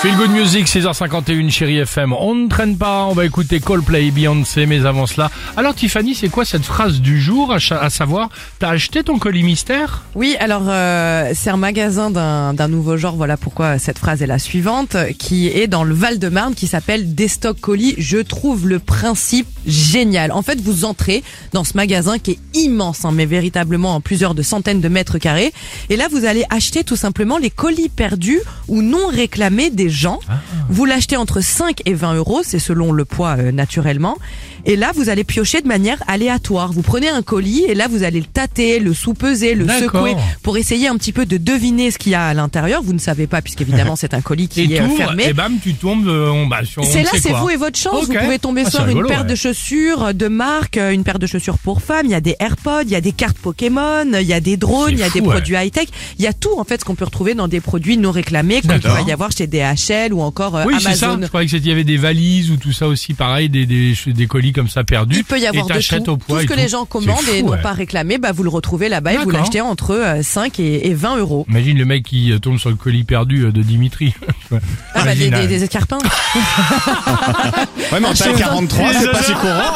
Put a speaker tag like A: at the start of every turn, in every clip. A: Feel Good Music, 16h51, chérie FM. On ne traîne pas, on va écouter Coldplay, et Beyoncé, mais avant cela. Alors Tiffany, c'est quoi cette phrase du jour, à, cha- à savoir, t'as acheté ton colis mystère
B: Oui, alors euh, c'est un magasin d'un d'un nouveau genre, voilà pourquoi cette phrase est la suivante, qui est dans le Val-de-Marne, qui s'appelle Destock Colis. Je trouve le principe génial. En fait, vous entrez dans ce magasin qui est immense, hein, mais véritablement en plusieurs de centaines de mètres carrés. Et là, vous allez acheter tout simplement les colis perdus ou non réclamés des gens. Vous l'achetez entre 5 et 20 euros, c'est selon le poids euh, naturellement. Et là, vous allez piocher de manière aléatoire. Vous prenez un colis et là, vous allez le tâter, le sous-peser, le
A: D'accord.
B: secouer pour essayer un petit peu de deviner ce qu'il y a à l'intérieur. Vous ne savez pas, puisqu'évidemment, c'est un colis qui
A: Et
B: est euh,
A: t'ouvres, et
B: fermé.
A: bam, tu tombes, euh, on, bah, sur, on
B: C'est là,
A: sait
B: c'est
A: quoi.
B: vous et votre chance.
A: Ok.
B: Vous pouvez tomber
A: Ah, c'est
B: sur une
A: rigolo,
B: paire
A: ouais.
B: de chaussures de marque, euh, une paire de chaussures pour femmes, il y a des AirPods, il y a des cartes Pokémon, il y a des drones,
A: C'est
B: il y a des
A: fou, ouais.
B: produits high-tech. Il y a tout, en fait, ce qu'on peut retrouver dans des produits non réclamés, comme il va
A: D'accord.
B: y avoir chez DHL ou encore euh,
A: Oui, c'est ça.
B: Amazon.
A: Je croyais que c'était- il y avait des valises ou tout ça aussi, pareil, des, des, des colis comme ça perdus.
B: Il peut y avoir
A: et
B: de
A: t'achètes
B: tout.
A: au poids
B: tout ce
A: et
B: que les gens
A: C'est
B: commandent et
A: fou,
B: n'ont
A: ouais.
B: pas réclamé, bah vous le retrouvez là-bas et vous
A: D'accord.
B: l'achetez entre euh, 5 et et 20 euros.
A: Imagine le mec qui euh, tombe sur le colis perdu euh, de Dimitri.
B: Ah bah des, des,
A: Imagine, euh,
B: des escarpins.
C: Ouais, mais en taille 43, c'est pas si courant.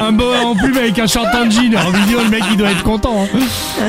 A: un beau en plume avec un short en jean. En vidéo, le mec, il doit être content. hein.